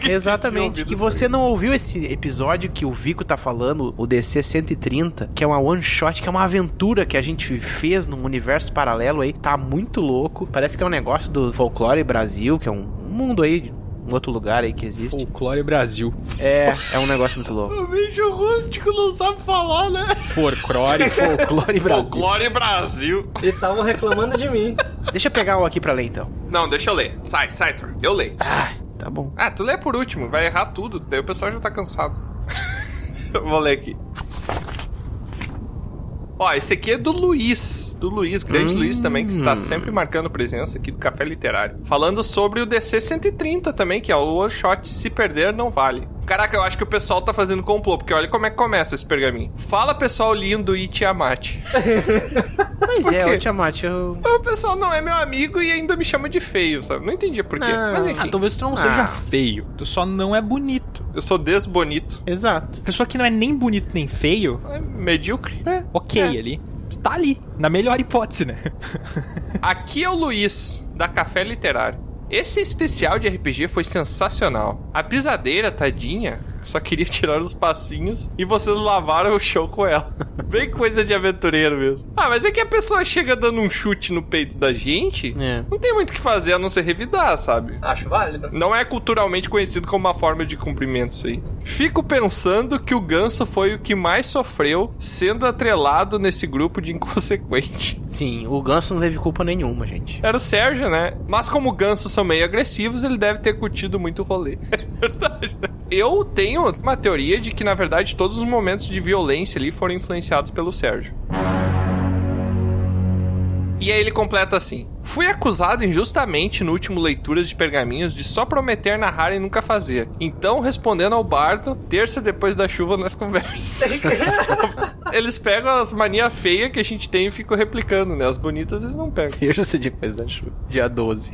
Exatamente. ouvido Que esse você não ouviu esse episódio que o Vico tá falando, o DC 130, que é uma one shot, que é uma aventura que a gente fez num universo paralelo aí. Tá muito louco. Parece que é um negócio do Folclore Brasil, que é um mundo aí, um outro lugar aí que existe. Folclore Brasil. É, é um negócio muito louco. O bicho rústico não sabe falar, né? Folclore. [laughs] Folclore Brasil. Folclore Brasil. E estavam reclamando de mim. [laughs] Deixa eu pegar um aqui pra ler então. Não, deixa eu ler. Sai, sai, Thor. Eu leio. Ah, tá [laughs] bom. Ah, tu lê por último, vai errar tudo. Daí o pessoal já tá cansado. [laughs] Vou ler aqui. Ó, esse aqui é do Luiz. Do Luiz, grande Luiz também, que tá sempre marcando presença aqui do Café Literário. Falando sobre o DC 130 também, que é o One Shot Se Perder Não Vale. Caraca, eu acho que o pessoal tá fazendo complô, porque olha como é que começa esse pergaminho. Fala, pessoal lindo e Tiamat. Pois Por é, quê? ô Tiamat, eu. [laughs] O pessoal não é meu amigo e ainda me chama de feio, sabe? Não entendi por quê. Não. Mas Ah, enfim, talvez tu não seja feio, tu só não é bonito. eu sou desbonito. Exato. Pessoa que não é nem bonito nem feio, É medíocre. É, ok ali. Tá ali, na melhor hipótese, né? Aqui é o Luiz, da Café Literário. Esse especial de RPG foi sensacional. A pisadeira, tadinha, só queria [laughs] tirar uns passinhos e vocês lavaram o chão com ela. [laughs] Bem coisa de aventureiro mesmo. Ah, mas é que a pessoa chega dando um chute no peito da gente, É. não tem muito o que fazer a não ser revidar, sabe? Acho válido. Não é culturalmente conhecido como uma forma de cumprimento isso aí. Fico pensando que o ganso foi o que mais sofreu sendo atrelado nesse grupo de inconsequente. Sim, o Ganso não teve culpa nenhuma, gente. Era o Sérgio, né? Mas como gansos são meio agressivos, ele deve ter curtido muito o rolê. [laughs] É verdade. né? Eu tenho uma teoria de que, na verdade, todos os momentos de violência ali foram influenciados pelo Sérgio. E aí ele completa assim: Fui acusado injustamente no último Leituras de Pergaminhos de só prometer narrar e nunca fazer. Então, respondendo ao bardo, terça depois da chuva nós conversas. eles pegam as manias feias que a gente tem e ficam replicando, né? As bonitas eles não pegam. Terça depois da chuva. Dia 12.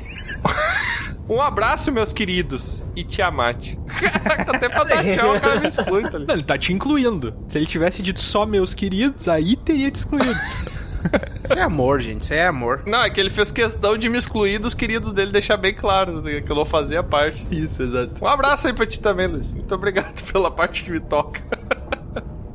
Um abraço, meus queridos. E Tiamat. [laughs] Caraca, até pra dar tchau, o cara me exclui, tá ligado? Não, ele tá te incluindo. Se ele tivesse dito só meus queridos, aí teria te [laughs] excluído. Isso é amor, gente. Isso é amor. Não, é que ele fez questão de me excluir dos queridos dele, deixar bem claro né, que eu não fazia parte. Isso, exato. Um abraço aí pra ti também, Luiz. Muito obrigado [laughs] pela parte que me toca.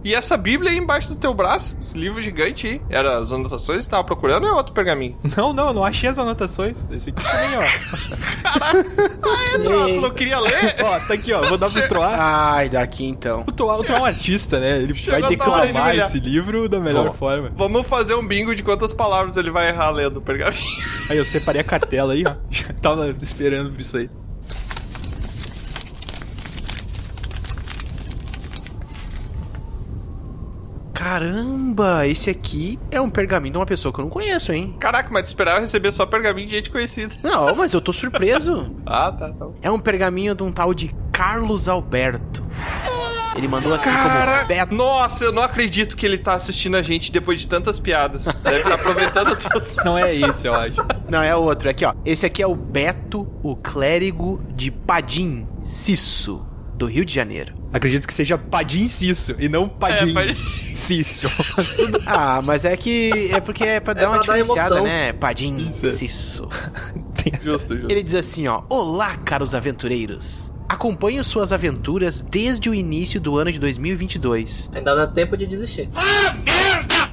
E essa Bíblia aí embaixo do teu braço, esse livro gigante aí, era as anotações que você tava procurando ou é outro [laughs] pergaminho? não, não, eu não achei as anotações. Esse aqui tá também, [laughs] ó. Ah, é, Droto, não queria ler. [laughs] ó, tá aqui, ó. Vou dar pro Troar. Ai, daqui então. O Troar o Troar é um artista, né? Ele Chegou vai a hora de declamar brilhar. esse livro da melhor Bom. forma. Vamos fazer um bingo de quantas palavras ele vai errar lendo o pergaminho. [laughs] Aí eu separei a cartela aí, ó. [laughs] Já tava esperando por isso aí. Caramba, esse aqui é um pergaminho de uma pessoa que eu não conheço, hein? Caraca, mas tu esperava receber só pergaminho de gente conhecida. Não, mas eu tô surpreso. Ah, tá, tá. É um pergaminho de um tal de Carlos Alberto. Ele mandou assim como Cara, Beto. nossa, eu não acredito que ele tá assistindo a gente depois de tantas piadas. Deve tá aproveitando [laughs] tudo. Não é esse, eu acho. Não, é outro. Aqui, ó. Esse aqui é o Beto, o clérigo de Padim, Cisso, do Rio de Janeiro. Acredito que seja Padim Cício e não Padim É, Padim. [laughs] Cício. Ah, mas é que. É porque é pra dar uma pra dar diferenciada, emoção. né? Padim, Isso. Cisso. Justo, justo. Ele diz assim, ó: Olá, caros aventureiros. Acompanho suas aventuras desde o início do ano de 2022. Ainda dá tempo de desistir.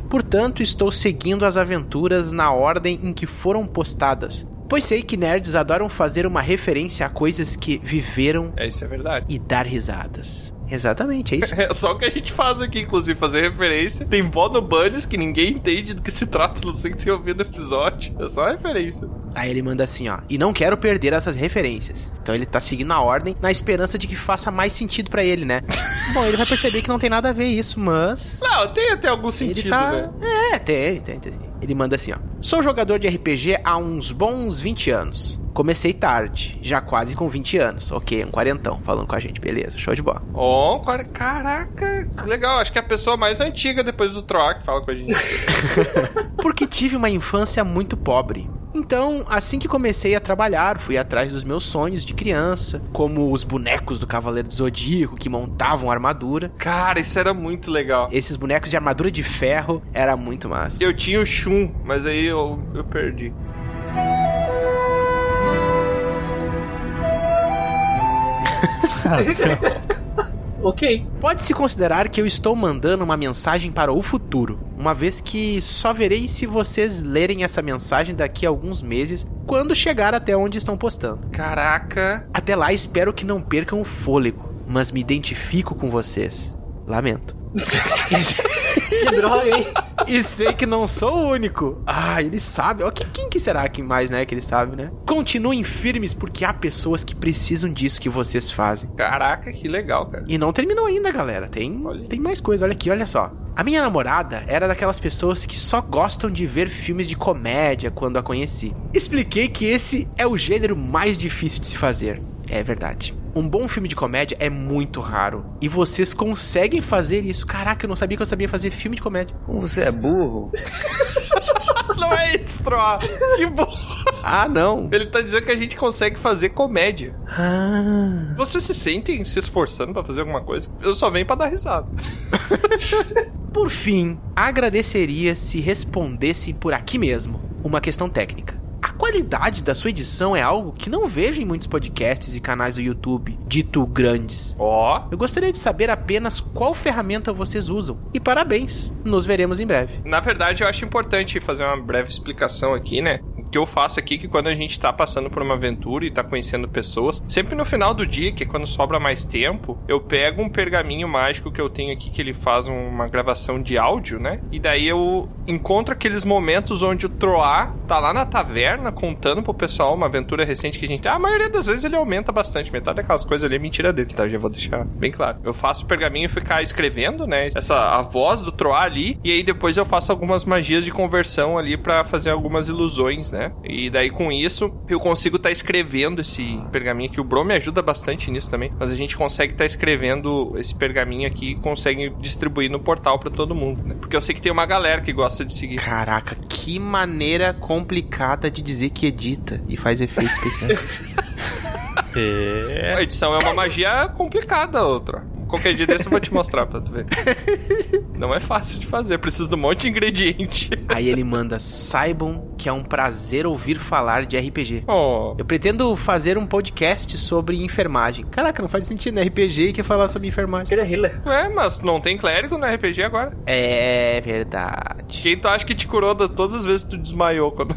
Portanto, estou seguindo as aventuras na ordem em que foram postadas, pois sei que nerds adoram fazer uma referência a coisas que viveram É, isso é verdade. e dar risadas. [laughs] Exatamente, é isso. É só o que a gente faz aqui, inclusive, fazer referência. Tem vó no Bunnies que ninguém entende do que se trata, não sei que tem ouvido o episódio. É só referência. Aí ele manda assim, ó: "E não quero perder essas referências". Então ele tá seguindo a ordem na esperança de que faça mais sentido pra ele, né? Bom, ele vai perceber que não tem nada a ver isso, mas Não, tem até algum ele sentido, tá... né? É, tem, tem, tem. Ele manda assim, ó. Sou jogador de RPG há uns bons 20 anos. Comecei tarde, já quase com 20 anos. Ok, um quarentão falando com a gente, beleza, show [laughs] de bola. Oh, cara- caraca, legal. Acho que é a pessoa mais antiga depois do Troá que fala com a [laughs] gente. Porque tive uma infância muito pobre. Então, assim que comecei a trabalhar, fui atrás dos meus sonhos de criança, como os bonecos do Cavaleiro do Zodíaco que montavam armadura. Cara, isso era muito legal. Esses bonecos de armadura de ferro era muito massa. Eu tinha o Shun, mas aí eu, eu perdi. Ok. Pode-se considerar que eu estou mandando uma mensagem para o futuro, uma vez que só verei se vocês lerem essa mensagem daqui a alguns meses, quando chegar até onde estão postando. Caraca. Até lá, espero que não percam o fôlego, mas me identifico com vocês. Lamento. Que droga, hein? E sei que não sou o único. Ah, ele sabe. Ó, que- Quem que será que mais, né, que ele sabe, né? Continuem firmes porque há pessoas que precisam disso que vocês fazem. Caraca, que legal, cara. E não terminou ainda, galera. Tem, Olha aí. tem mais coisa. Olha aqui, olha só. A minha namorada era daquelas pessoas que só gostam de ver filmes de comédia quando a conheci. Expliquei que esse é o gênero mais difícil de se fazer. É verdade. Um bom filme de comédia é muito raro. E vocês conseguem fazer isso. Caraca, eu não sabia que eu sabia fazer filme de comédia. Não é isso, Troá. Que bom. Ah, não. Ele tá dizendo que a gente consegue fazer comédia. Ah. Vocês se sentem se esforçando pra fazer alguma coisa? Eu só venho pra dar risada. Por fim, agradeceria se respondessem por aqui mesmo uma questão técnica. Há quatro qualidade da sua edição é algo que não vejo em muitos podcasts e canais do YouTube, dito grandes. Ó, Eu gostaria de saber apenas qual ferramenta vocês usam. E parabéns, nos veremos em breve. Na verdade, eu acho importante fazer uma breve explicação aqui, né? O que eu faço aqui é que quando a gente tá passando por uma aventura e tá conhecendo pessoas, sempre no final do dia, que é quando sobra mais tempo, eu pego um pergaminho mágico que eu tenho aqui, que ele faz um, uma gravação de áudio, né? E daí eu encontro aqueles momentos onde o Troar tá lá na taverna contando pro pessoal uma aventura recente que a gente. Ah, a maioria das vezes ele aumenta bastante. Metade daquelas coisas ali é mentira dele, tá? Já vou deixar bem claro. Eu faço o pergaminho e ficar escrevendo, né? Essa a voz do Troar ali. E aí depois eu faço algumas magias de conversão ali pra fazer algumas ilusões, né? E daí com isso eu consigo estar escrevendo esse pergaminho aqui. O Bro me ajuda bastante nisso também. Mas a gente consegue estar escrevendo esse pergaminho aqui e consegue distribuir no portal pra todo mundo, né? Porque eu sei que tem uma galera que gosta de seguir. Caraca, que maneira complicada de dizer que edita e faz efeito especial. É. A edição é uma magia complicada, outra. Qualquer dia desse eu vou te mostrar pra tu ver. Não é fácil de fazer, precisa de um monte de ingrediente. Aí ele manda: saibam que é um prazer ouvir falar de RPG. Oh. Eu pretendo fazer um podcast sobre enfermagem. Caraca, não faz sentido, né? RPG que falar sobre enfermagem. Ele é healer. É, mas não tem clérigo no RPG agora. É verdade. Quem tu acha que te curou da- todas as vezes que tu desmaiou quando.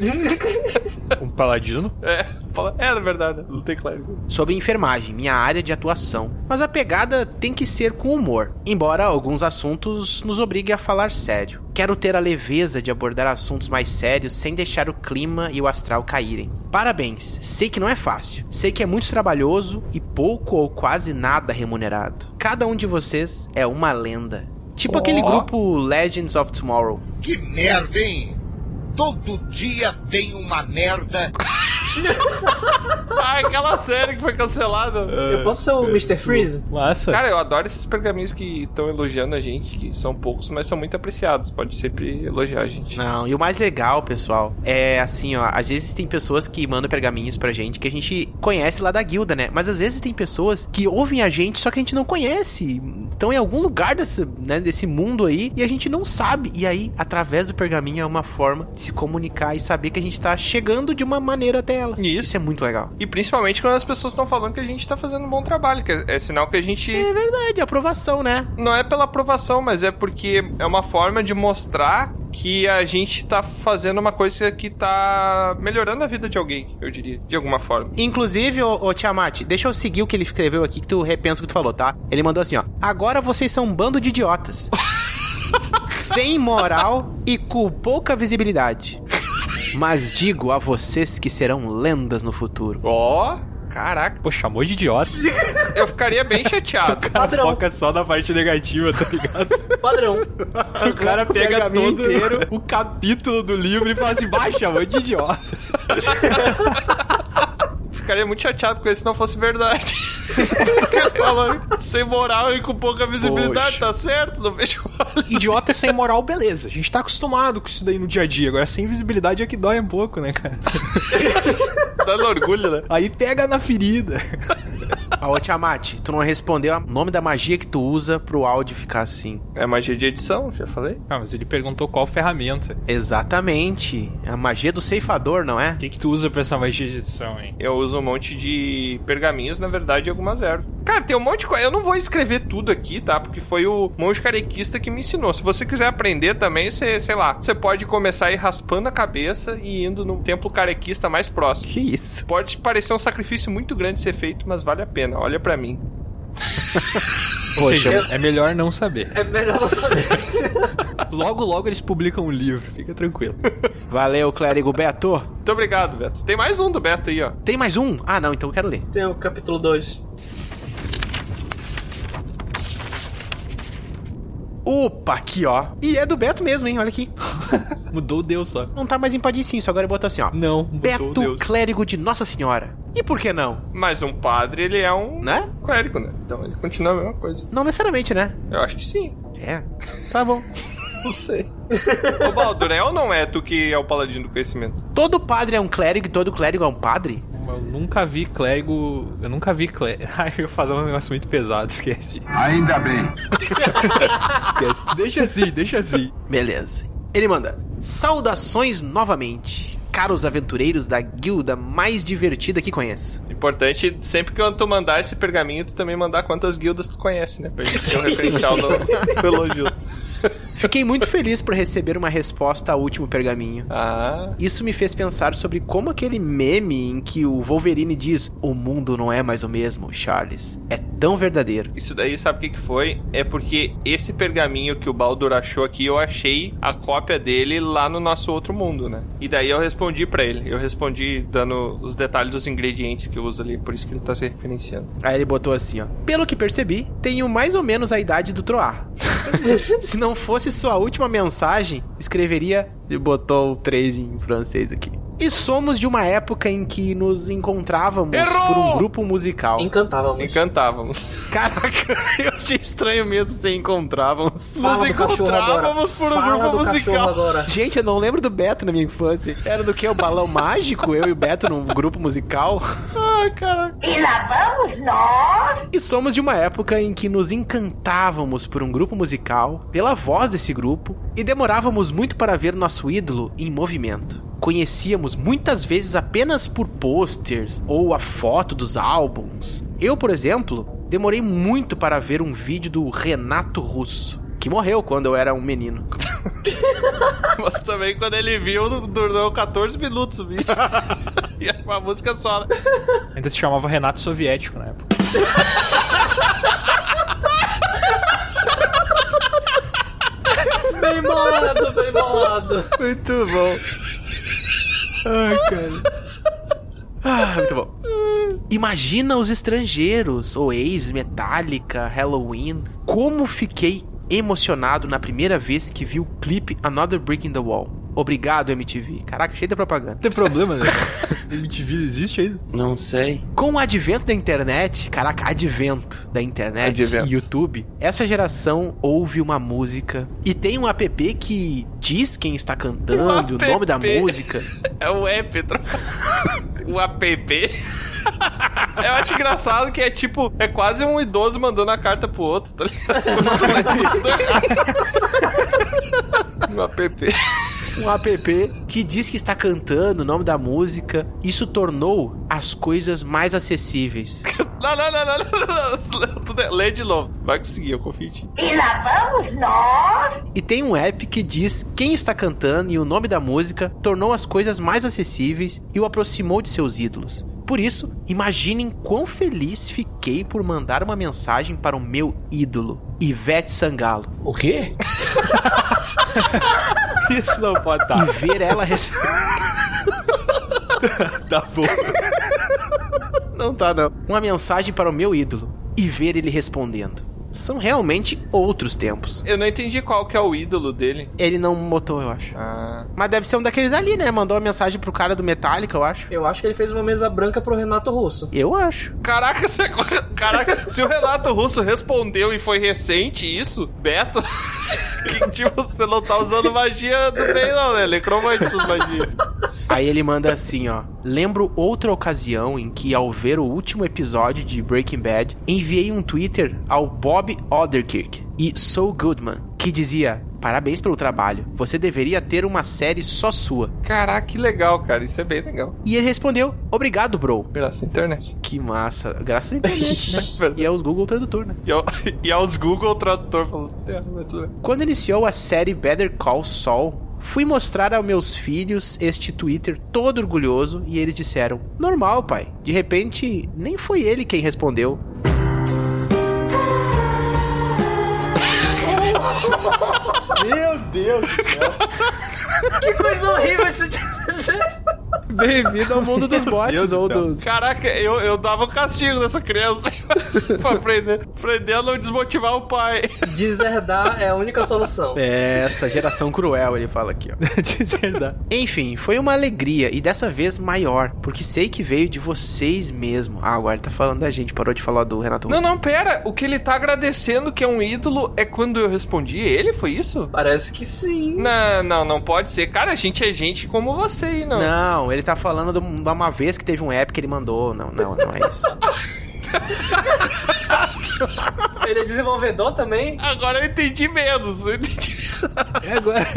Um paladino? É, fala, é, na verdade, não tem clérigo. Sobre enfermagem, minha área de atuação. Mas a pegada tem que ser com humor, embora alguns assuntos nos obriguem a falar sério. Quero ter a leveza de abordar assuntos mais sérios sem deixar o clima e o astral caírem. Parabéns, sei que não é fácil, sei que é muito trabalhoso e pouco ou quase nada remunerado. Cada um de vocês é uma lenda. Tipo aquele grupo Legends of Tomorrow. Que merda, hein? Todo dia tem uma merda. Ah, aquela série que foi cancelada. Eu posso ser o Mr. Freeze? Massa. Cara, eu adoro esses pergaminhos que estão elogiando a gente, que são poucos, mas são muito apreciados. Pode sempre elogiar a gente. Não, e o mais legal, pessoal, é assim, ó, às vezes tem pessoas que mandam pergaminhos pra gente que a gente conhece lá da guilda, né? Mas às vezes tem pessoas que ouvem a gente, só que a gente não conhece. Estão em algum lugar desse, né, desse mundo aí e a gente não sabe. E aí, através do pergaminho, é uma forma de se comunicar e saber que a gente tá chegando de uma maneira até elas. Isso. Isso é muito legal. E principalmente quando as pessoas estão falando que a gente tá fazendo um bom trabalho, que é, é sinal que a gente. É verdade, aprovação, né? Não é pela aprovação, mas é porque é uma forma de mostrar que a gente tá fazendo uma coisa que tá melhorando a vida de alguém, eu diria, de alguma forma. Inclusive, ô, ô Tiamat, deixa eu seguir o que ele escreveu aqui, que tu repensa o que tu falou, tá? Ele mandou assim, ó. Agora vocês são um bando de [laughs] idiotas. sem moral e com pouca visibilidade. Mas digo a vocês que serão lendas no futuro. Ó, caraca, Pô, chamou de idiota. eu ficaria bem [laughs] chateado. O cara Padrão. foca só na parte negativa, tá [laughs] ligado? Padrão. O cara pega pergaminho todo inteiro. o capítulo do livro e fala assim, baixa, chamou de idiota. Ficaria muito chateado com ele se não fosse verdade. [laughs] Tu fica falando sem moral e com pouca visibilidade, Poxa. tá certo? Não vejo [laughs] hora. [laughs] Idiota sem moral, beleza. A gente tá acostumado com isso daí no dia a dia. Agora, sem visibilidade é que dói um pouco, né, cara? Dando orgulho, né? Aí pega na ferida. Ah, ô Tiamat, tu não respondeu o nome da magia que tu usa pro áudio ficar assim. É magia de edição, já falei. Ah, mas ele perguntou qual ferramenta. Exatamente. É A magia do ceifador, não é? O que que tu usa pra essa magia de edição, hein? Eu uso um monte de pergaminhos, na verdade, e algumas ervas. Cara, tem um monte de coisa. Eu não vou escrever tudo aqui, tá? Porque foi o monge carequista que me ensinou. Se você quiser aprender também, você, sei lá, você pode começar a ir raspando a cabeça e indo num templo carequista mais próximo. Que isso? Pode parecer um sacrifício muito grande ser feito, mas vale a pena. Olha pra mim. Poxa, é melhor não saber. É melhor não saber. Logo, logo eles publicam um livro, fica tranquilo. Valeu, clérigo Beto. Muito obrigado, Beto. Tem mais um do Beto aí, ó. Tem mais um? Ah, não, então eu quero ler. Tem o capítulo 2. Opa, aqui, ó. E é do Beto mesmo, hein? Olha aqui. Mudou o Deus só. Não tá mais empadinho, só agora botou assim, ó. Não, Beto, clérigo de Nossa Senhora. E por que não? Mas um padre, ele é um Né? clérigo, né? Então ele continua a mesma coisa. Não necessariamente, né? Eu acho que sim. É. Tá bom. Não sei. Ô, Baldur, é ou não é tu que é o paladino do conhecimento? Todo padre é um clérigo e todo clérigo é um padre? Eu nunca vi clérigo. Eu nunca vi clérigo. [laughs] Ai, eu ia falar um negócio muito pesado, esquece. Ainda bem. esquece. Deixa assim, deixa assim. Beleza. Ele manda: Saudações novamente. caros aventureiros da guilda mais divertida que conheço. Importante, sempre que tu mandar esse pergaminho, tu também mandar quantas guildas tu conhece, né? Pra gente ter um referencial no, no elogio. Fiquei muito feliz por receber uma resposta ao último pergaminho. Ah, Isso me fez pensar sobre como aquele meme em que o Wolverine diz: O mundo não é mais o mesmo, Charles. É tão verdadeiro. isso daí sabe o que, que foi? É porque esse pergaminho que o Baldur achou aqui, eu achei a cópia dele lá no nosso outro mundo, né? E daí eu respondi pra ele. Eu respondi dando os detalhes dos ingredientes que eu uso ali, por isso que ele tá se referenciando. Aí ele botou assim: ó. Pelo que percebi, tenho mais ou menos a idade do [laughs] Troar. Se não fosse sua última mensagem, escreveria. E botou o 3 em francês aqui. E somos de uma época em que nos encontrávamos por um grupo musical. Encantava muito. Encantávamos. [laughs] Caraca, [laughs] eu achei estranho mesmo se encontrávamos. Fala do cachorro agora. encontrávamos por um Fala grupo do cachorro musical. agora. Gente, eu não lembro do Beto na minha infância. Era do que? O Balão Mágico? Eu e o Beto num grupo musical? Ah, cara. E somos de uma época em que nos encantávamos por um grupo musical, pela voz desse grupo, e demorávamos muito para ver nosso ídolo em movimento. Conhecíamos muitas vezes apenas por posters ou a foto dos álbuns. Eu, por exemplo, demorei muito para ver um vídeo do Renato Russo, que morreu quando eu era um menino. Mas também quando ele viu, durou 14 minutos o bicho. [laughs] E é uma música só. né? Ainda se chamava Renato Soviético na época. Bem bolado, bem bolado. Muito bom. Ai, cara. Ah, muito bom. Imagina os estrangeiros, Oasis, Metallica, Halloween. Como fiquei emocionado na primeira vez que vi o clipe Another Brick in the Wall. Obrigado, MTV. Caraca, cheio de propaganda. Tem problema, né? [laughs] MTV existe ainda? Não sei. Com o advento da internet, caraca, advento da internet Advento. e YouTube, essa geração ouve uma música e tem um app que diz quem está cantando, Um o nome da app. música. É o app, tro- [laughs] o app. [laughs] Eu acho engraçado que é tipo, é quase um idoso mandando a carta pro outro, tá ligado? [laughs] o app. um app que diz que está cantando o nome da música. Isso tornou as coisas mais acessíveis. Não, não, não, não, não, não. Tudo é- Lê de novo. Vai conseguir, eu confio em ti. E tem um app que diz quem está cantando e o nome da música tornou as coisas mais acessíveis e o aproximou de seus ídolos. Por isso, imaginem quão feliz fiquei por mandar uma mensagem para o meu ídolo, Ivete Sangalo, O quê? Isso não pode estar. e ver ela rece- [laughs] Tá bom. Não tá, não. Uma mensagem para o meu ídolo e ver ele respondendo. São realmente outros tempos. Eu não entendi qual que é o ídolo dele. Ele não botou, eu acho. Ah. Mas deve ser um daqueles ali, né? Mandou uma mensagem pro cara do Metallica, eu acho. Eu acho que ele fez uma mesa branca pro Renato Russo. Eu acho. Caraca, se, [laughs] caraca, se o relato russo respondeu e foi recente isso, Beto, [laughs] que, tipo, você não tá usando magia do bem, não, né? Necromante suas magias. Aí ele manda assim, ó. Lembro outra ocasião em que, ao ver o último episódio de Breaking Bad, enviei um Twitter ao Bob Odenkirk e Saul Goodman, que dizia: Parabéns pelo trabalho. Você deveria ter uma série só sua. Caraca, que legal, cara. Isso é bem legal. E ele respondeu: Obrigado, bro. Graças à internet. Que massa. Graças à internet, né? E é os Google Tradutor, né? E, ao- [laughs] e aos Google Tradutor falando. "É, mas tudo bem." Quando iniciou a série Better Call Saul, fui mostrar aos meus filhos este Twitter todo orgulhoso e eles disseram: "Normal, pai". De repente, nem foi ele quem respondeu. Meu Deus do céu. Que coisa horrível esse. Bem-vindo ao mundo dos bots Deus do ou céu. dos Caraca, eu, eu dava um castigo nessa criança [laughs] pra prender, prender ela ou desmotivar o pai. Deserdar é a única solução. É, essa geração cruel, ele fala [laughs] aqui, ó. De verdade. Enfim, foi uma alegria e dessa vez maior, porque sei que veio de vocês mesmo. Ah, agora ele tá falando da gente, parou de falar do Renato. Não, não, pera. O que ele tá agradecendo que é um ídolo é quando eu respondi ele? Foi isso? Parece que sim. Não, não, não pode ser. Cara, a gente é gente como você aí, não. Não, ele tá falando de uma vez que teve um app que ele mandou. Não, não, não é isso. Ele é desenvolvedor também? Agora eu entendi menos. Eu entendi. É agora. [laughs]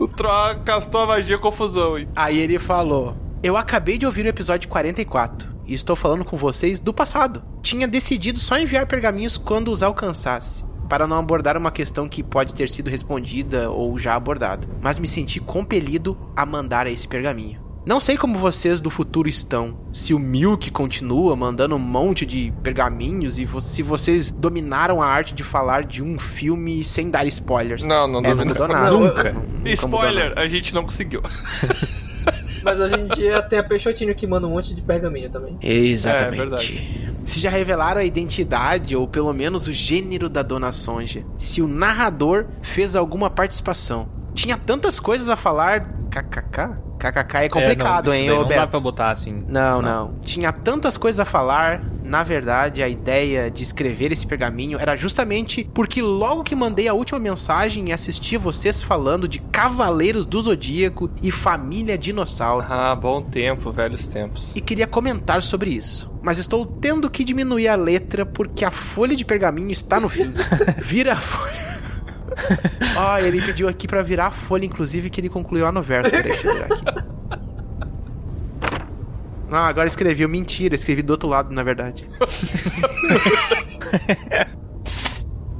O Troá castou a magia confusão, hein? Aí ele falou: Eu acabei de ouvir o episódio 44 e estou falando com vocês do passado. Tinha decidido só enviar pergaminhos quando os alcançasse. Para não abordar uma questão que pode ter sido respondida ou já abordada, mas me senti compelido a mandar esse pergaminho. Não sei como vocês do futuro estão. Se o Milk continua mandando um monte de pergaminhos e vo- se vocês dominaram a arte de falar de um filme sem dar spoilers. Não, não é, não dominamos. mudou nada. Nunca. Não- nunca mudou Spoiler, a gente não conseguiu. Mas hoje em dia tem a Peixotinho que manda um monte de pergaminho também. Exatamente. É, verdade. Se já revelaram a identidade ou pelo menos o gênero da Dona Sonja, se o narrador fez alguma participação. Tinha tantas coisas a falar. KKK? KKK é complicado, É, não, isso hein, daí ô Não dá pra Beto? botar assim. Não, não. Tinha tantas coisas a falar. Na verdade, a ideia de escrever esse pergaminho era justamente porque logo que mandei a última mensagem e assisti vocês falando de Cavaleiros do Zodíaco e Família Dinossauro Ah, bom tempo, velhos tempos. e queria comentar sobre isso. Mas estou tendo que diminuir a letra porque a folha de pergaminho está no fim. Vira a folha. Ó, ele pediu aqui pra virar a folha, inclusive, que ele concluiu lá no verso. Peraí, deixa eu virar aqui. Ah, agora escrevi. Mentira, escrevi do outro lado, na verdade.